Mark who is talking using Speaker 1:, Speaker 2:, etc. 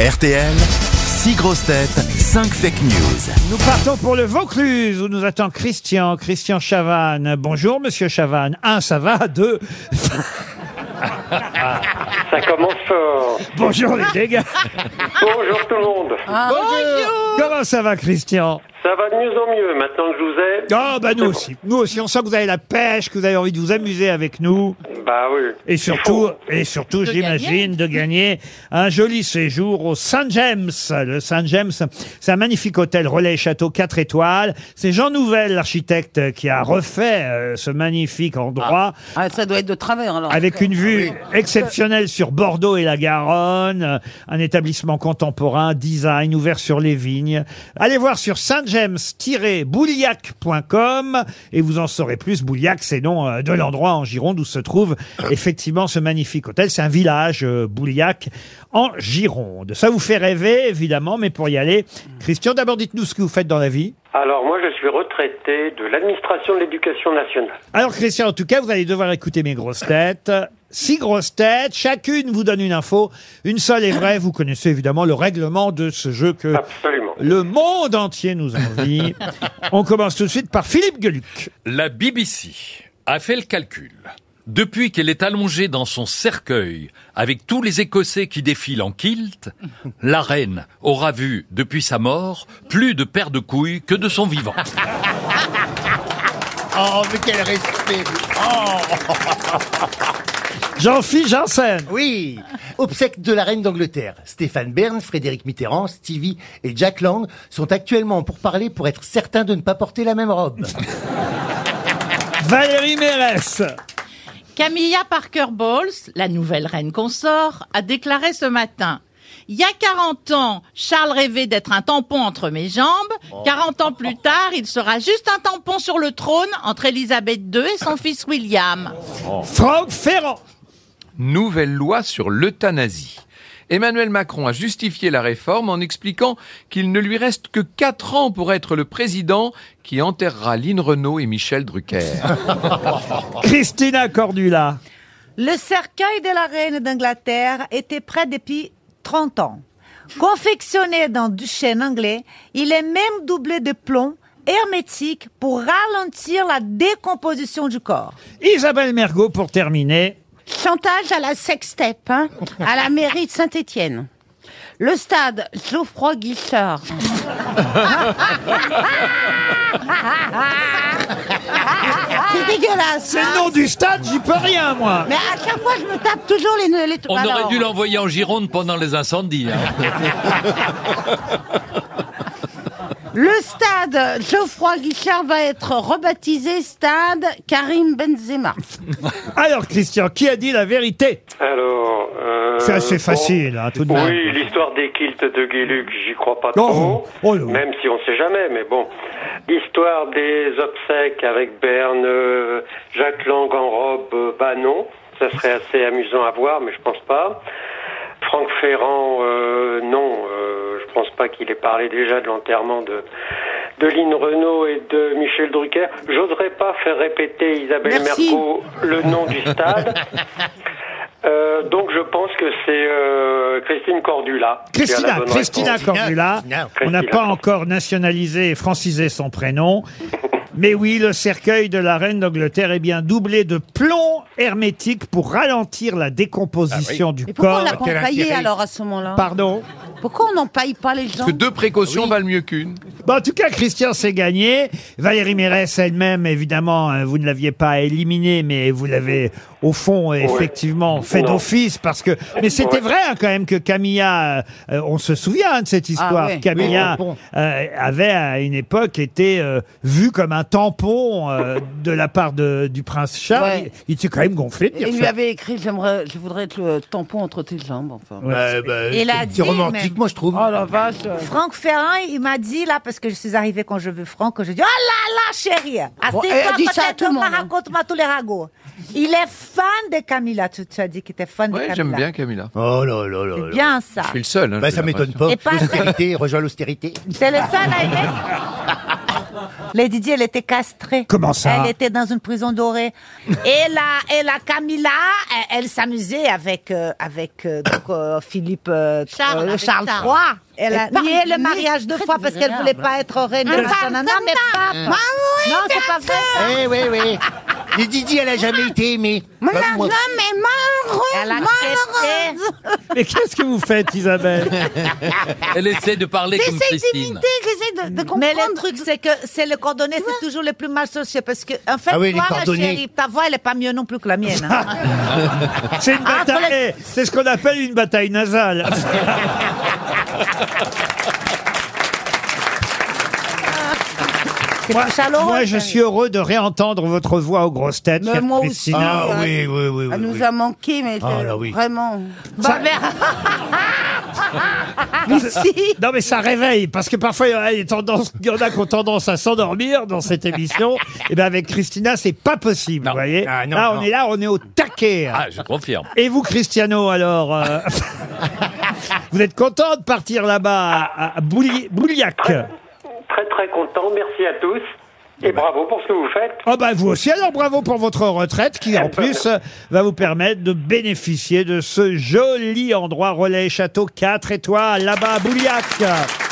Speaker 1: RTL, 6 grosses têtes, 5 fake news.
Speaker 2: Nous partons pour le Vaucluse où nous attend Christian, Christian Chavannes. Bonjour Monsieur Chavannes. Un, ça va. Deux,
Speaker 3: Ça commence fort.
Speaker 2: bonjour les dégâts.
Speaker 3: Bonjour tout le monde.
Speaker 2: Comment ça va Christian
Speaker 3: Ça va de mieux en mieux maintenant que je vous ai.
Speaker 2: Ah bah nous aussi. Nous aussi, on sent que vous avez la pêche, que vous avez envie de vous amuser avec nous.
Speaker 3: Bah oui.
Speaker 2: Et surtout, et surtout,
Speaker 4: De
Speaker 2: j'imagine, de gagner un joli séjour au Saint James. Le Saint James, c'est un magnifique hôtel relais château 4 étoiles. C'est Jean Nouvel, l'architecte, qui a refait euh, ce magnifique endroit
Speaker 4: Ah, ça doit être de travers alors.
Speaker 2: avec une vue exceptionnelle sur Bordeaux et la Garonne, euh, un établissement contemporain, design, ouvert sur les vignes. Allez voir sur saint-james-bouliac.com et vous en saurez plus. Bouliac, c'est le nom euh, de l'endroit en Gironde où se trouve effectivement ce magnifique hôtel. C'est un village, euh, Bouliac, en Gironde. Ça vous fait rêver, évidemment, mais pour y aller, Christian, d'abord dites-nous ce que vous faites dans la vie.
Speaker 3: Alors moi je suis retraité de l'administration de l'éducation nationale.
Speaker 2: Alors Christian, en tout cas, vous allez devoir écouter mes grosses têtes. Six grosses têtes, chacune vous donne une info. Une seule est vraie, vous connaissez évidemment le règlement de ce jeu que
Speaker 3: Absolument.
Speaker 2: le monde entier nous envie. On commence tout de suite par Philippe Gueluc.
Speaker 5: La BBC a fait le calcul. Depuis qu'elle est allongée dans son cercueil avec tous les Écossais qui défilent en kilt, la reine aura vu, depuis sa mort, plus de paires de couilles que de son vivant.
Speaker 6: Oh, mais quel respect
Speaker 2: Jean-Philippe Janssen.
Speaker 6: Oui Obsèques de la reine d'Angleterre. Stéphane Bern, Frédéric Mitterrand, Stevie et Jack Lang sont actuellement pour parler pour être certains de ne pas porter la même robe.
Speaker 2: Valérie Mérès.
Speaker 7: Camilla Parker Bowles, la nouvelle reine consort, a déclaré ce matin Il y a 40 ans, Charles rêvait d'être un tampon entre mes jambes. 40 ans plus tard, il sera juste un tampon sur le trône entre Elisabeth II et son fils William.
Speaker 2: Franck Ferrand.
Speaker 8: Nouvelle loi sur l'euthanasie. Emmanuel Macron a justifié la réforme en expliquant qu'il ne lui reste que 4 ans pour être le président qui enterrera Lynn Renault et Michel Drucker.
Speaker 2: Christina Cordula.
Speaker 9: Le cercueil de la reine d'Angleterre était prêt depuis 30 ans. Confectionné dans du chêne anglais, il est même doublé de plomb hermétique pour ralentir la décomposition du corps.
Speaker 2: Isabelle Mergot pour terminer.
Speaker 9: Chantage à la sextape, hein, à la mairie de Saint-Étienne. Le stade Geoffroy Guichard. C'est dégueulasse.
Speaker 2: C'est
Speaker 9: hein.
Speaker 2: le nom du stade, j'y peux rien, moi.
Speaker 9: Mais à chaque fois, je me tape toujours les... les...
Speaker 5: On aurait dû l'envoyer en Gironde pendant les incendies. hein.
Speaker 9: Le stade Geoffroy Guichard va être rebaptisé stade Karim Benzema.
Speaker 2: Alors, Christian, qui a dit la vérité?
Speaker 3: Alors. euh,
Speaker 2: C'est assez
Speaker 3: bon.
Speaker 2: facile, hein, tout de même.
Speaker 3: Oui, l'histoire des kilts de Guéluc, j'y crois pas
Speaker 2: Oh,
Speaker 3: trop.
Speaker 2: oh là.
Speaker 3: même si on sait jamais, mais bon. L'histoire des obsèques avec Berne, euh, Jacques Lang en robe, euh, bah non. Ça serait assez amusant à voir, mais je pense pas. Franck Ferrand, euh, non. euh, je pense pas qu'il ait parlé déjà de l'enterrement de, de Lynn Renault et de Michel Drucker. J'oserais pas faire répéter Isabelle
Speaker 9: Merci.
Speaker 3: Mergo le nom du stade. Euh, donc je pense que c'est euh, Christine Cordula. qui a la
Speaker 2: Christina,
Speaker 3: bonne
Speaker 2: Christina
Speaker 3: réponse.
Speaker 2: Cordula.
Speaker 6: Christina,
Speaker 2: On n'a
Speaker 3: Christina.
Speaker 2: pas encore nationalisé et francisé son prénom. Mais oui, le cercueil de la reine d'Angleterre est bien doublé de plomb hermétique pour ralentir la décomposition du
Speaker 9: Et Ah pourquoi
Speaker 2: corps.
Speaker 9: on l'a pas
Speaker 6: quel
Speaker 9: empaillé
Speaker 6: intérêt
Speaker 9: alors à ce moment-là
Speaker 2: Pardon.
Speaker 9: Pourquoi on n'empaille pas les gens
Speaker 8: Que deux précautions valent mieux qu'une.
Speaker 2: Bon, en tout cas, Christian, c'est gagné. Valérie Mérès elle-même, évidemment, euh, vous ne l'aviez pas éliminée, mais vous l'avez, au fond, effectivement, fait
Speaker 3: Non.
Speaker 2: d'office parce que. Mais c'était
Speaker 3: Ouais.
Speaker 2: vrai, hein, quand même, que Camilla, euh, euh, on se souvient hein, de cette histoire.
Speaker 9: ouais.
Speaker 2: Camilla
Speaker 6: Oui, au fond.
Speaker 2: euh, avait, à une époque, été euh, vue comme un tampon euh, de la part de- du prince Charles.
Speaker 9: Ouais.
Speaker 2: Il, il était quand même gonflé de
Speaker 9: Et
Speaker 2: dire
Speaker 9: lui
Speaker 2: ça.
Speaker 9: avait écrit j'aimerais, je voudrais être le tampon entre tes jambes. Enfin.
Speaker 2: Ouais.
Speaker 3: bah.
Speaker 6: Il a dit Eh ben, romantique, moi, je trouve.
Speaker 9: Oh la vache.
Speaker 10: Franck Ferrand, il m'a dit, là, parce que je suis arrivée quand je veux Franck, que je dis, oh là là, chérie,
Speaker 9: Bon,
Speaker 10: assez
Speaker 9: elle dit ça à tout le monde, hein.
Speaker 10: raconte-moi tous les ragots. Il est fan de Camilla, tu, tu as dit qu'il était fan de
Speaker 8: Ouais,
Speaker 10: Camilla.
Speaker 8: j'aime bien Camilla.
Speaker 6: Oh là là là
Speaker 10: C'est
Speaker 6: là.
Speaker 10: bien ça.
Speaker 8: Je suis le seul. hein,
Speaker 6: Bah,
Speaker 8: j'ai
Speaker 6: ça m'étonne
Speaker 8: l'impression.
Speaker 6: pas.
Speaker 10: Et pas-
Speaker 6: L'austérité, rejoins l'austérité.
Speaker 10: C'est le seul à aimer. Lady Di, elle était castrée.
Speaker 2: Comment ça
Speaker 10: Elle était dans une prison dorée. Et la, et la Camilla, elle- elle s'amusait avec, euh, avec euh, donc, euh, Philippe euh,
Speaker 11: Charles,
Speaker 10: euh,
Speaker 11: avec
Speaker 10: Charles
Speaker 11: Charles.
Speaker 10: III. Elle a
Speaker 9: Elle parle-
Speaker 10: nié le
Speaker 9: nié,
Speaker 10: mariage
Speaker 9: c'est
Speaker 10: deux
Speaker 9: très
Speaker 10: fois parce qu'elle voulait
Speaker 9: désagréable.
Speaker 10: pas être reine de
Speaker 11: Elle
Speaker 10: Machin,
Speaker 11: parle
Speaker 10: nanana,
Speaker 11: comme
Speaker 10: mais
Speaker 11: ça.
Speaker 10: pas. Non, c'est pas vrai.
Speaker 6: Eh oui, oui. Les Didi, elle a jamais été aimée. Comme moi.
Speaker 9: mais malheureux,
Speaker 10: Elle acceptait.
Speaker 2: Mais qu'est-ce que vous faites, Isabelle
Speaker 5: Elle essaie de parler comme
Speaker 9: J'essaie
Speaker 5: Christine.
Speaker 9: d'imiter, j'essaie de, de comprendre.
Speaker 10: Mais le truc, c'est que c'est le cordonnier, c'est toujours le plus mal associé parce que, en fait,
Speaker 6: Ah oui, les
Speaker 10: toi, ma
Speaker 6: cordonniers.
Speaker 10: chérie, ta voix, elle est pas mieux non plus que la mienne. hein.
Speaker 2: C'est une bataille. C'est ce qu'on appelle une bataille nasale.
Speaker 10: C'est
Speaker 2: Moi,
Speaker 10: pas chaleureux.
Speaker 6: hein.
Speaker 2: moi, je suis heureux de réentendre votre voix aux grosses têtes,
Speaker 9: Mais
Speaker 2: chère
Speaker 9: moi aussi.
Speaker 2: Christina.
Speaker 9: hein.
Speaker 6: Ah oui, oui, oui. oui,
Speaker 9: Elle
Speaker 6: oui.
Speaker 9: nous a manqué, mais
Speaker 6: Ah,
Speaker 9: euh,
Speaker 6: là, oui.
Speaker 9: vraiment.
Speaker 6: Ah,
Speaker 2: Non, mais ça réveille, parce que parfois, il y en a, des tendances- il y en a qui ont tendance à s'endormir dans cette émission. Et bien, avec Christina, c'est pas possible,
Speaker 5: Non.
Speaker 2: vous voyez.
Speaker 6: Ah, non,
Speaker 2: là, on
Speaker 6: non.
Speaker 2: est là, on est au taquet. hein.
Speaker 5: Ah, je confirme.
Speaker 2: Et vous, Cristiano, alors euh, Vous êtes content de partir là-bas, à, à Bouli- Bouliac
Speaker 3: Très très content, merci à tous et bravo pour ce que vous faites.
Speaker 2: Ah bah vous aussi, alors bravo pour votre retraite qui en plus euh, va vous permettre de bénéficier de ce joli endroit relais château 4 étoiles là-bas à Bouliac.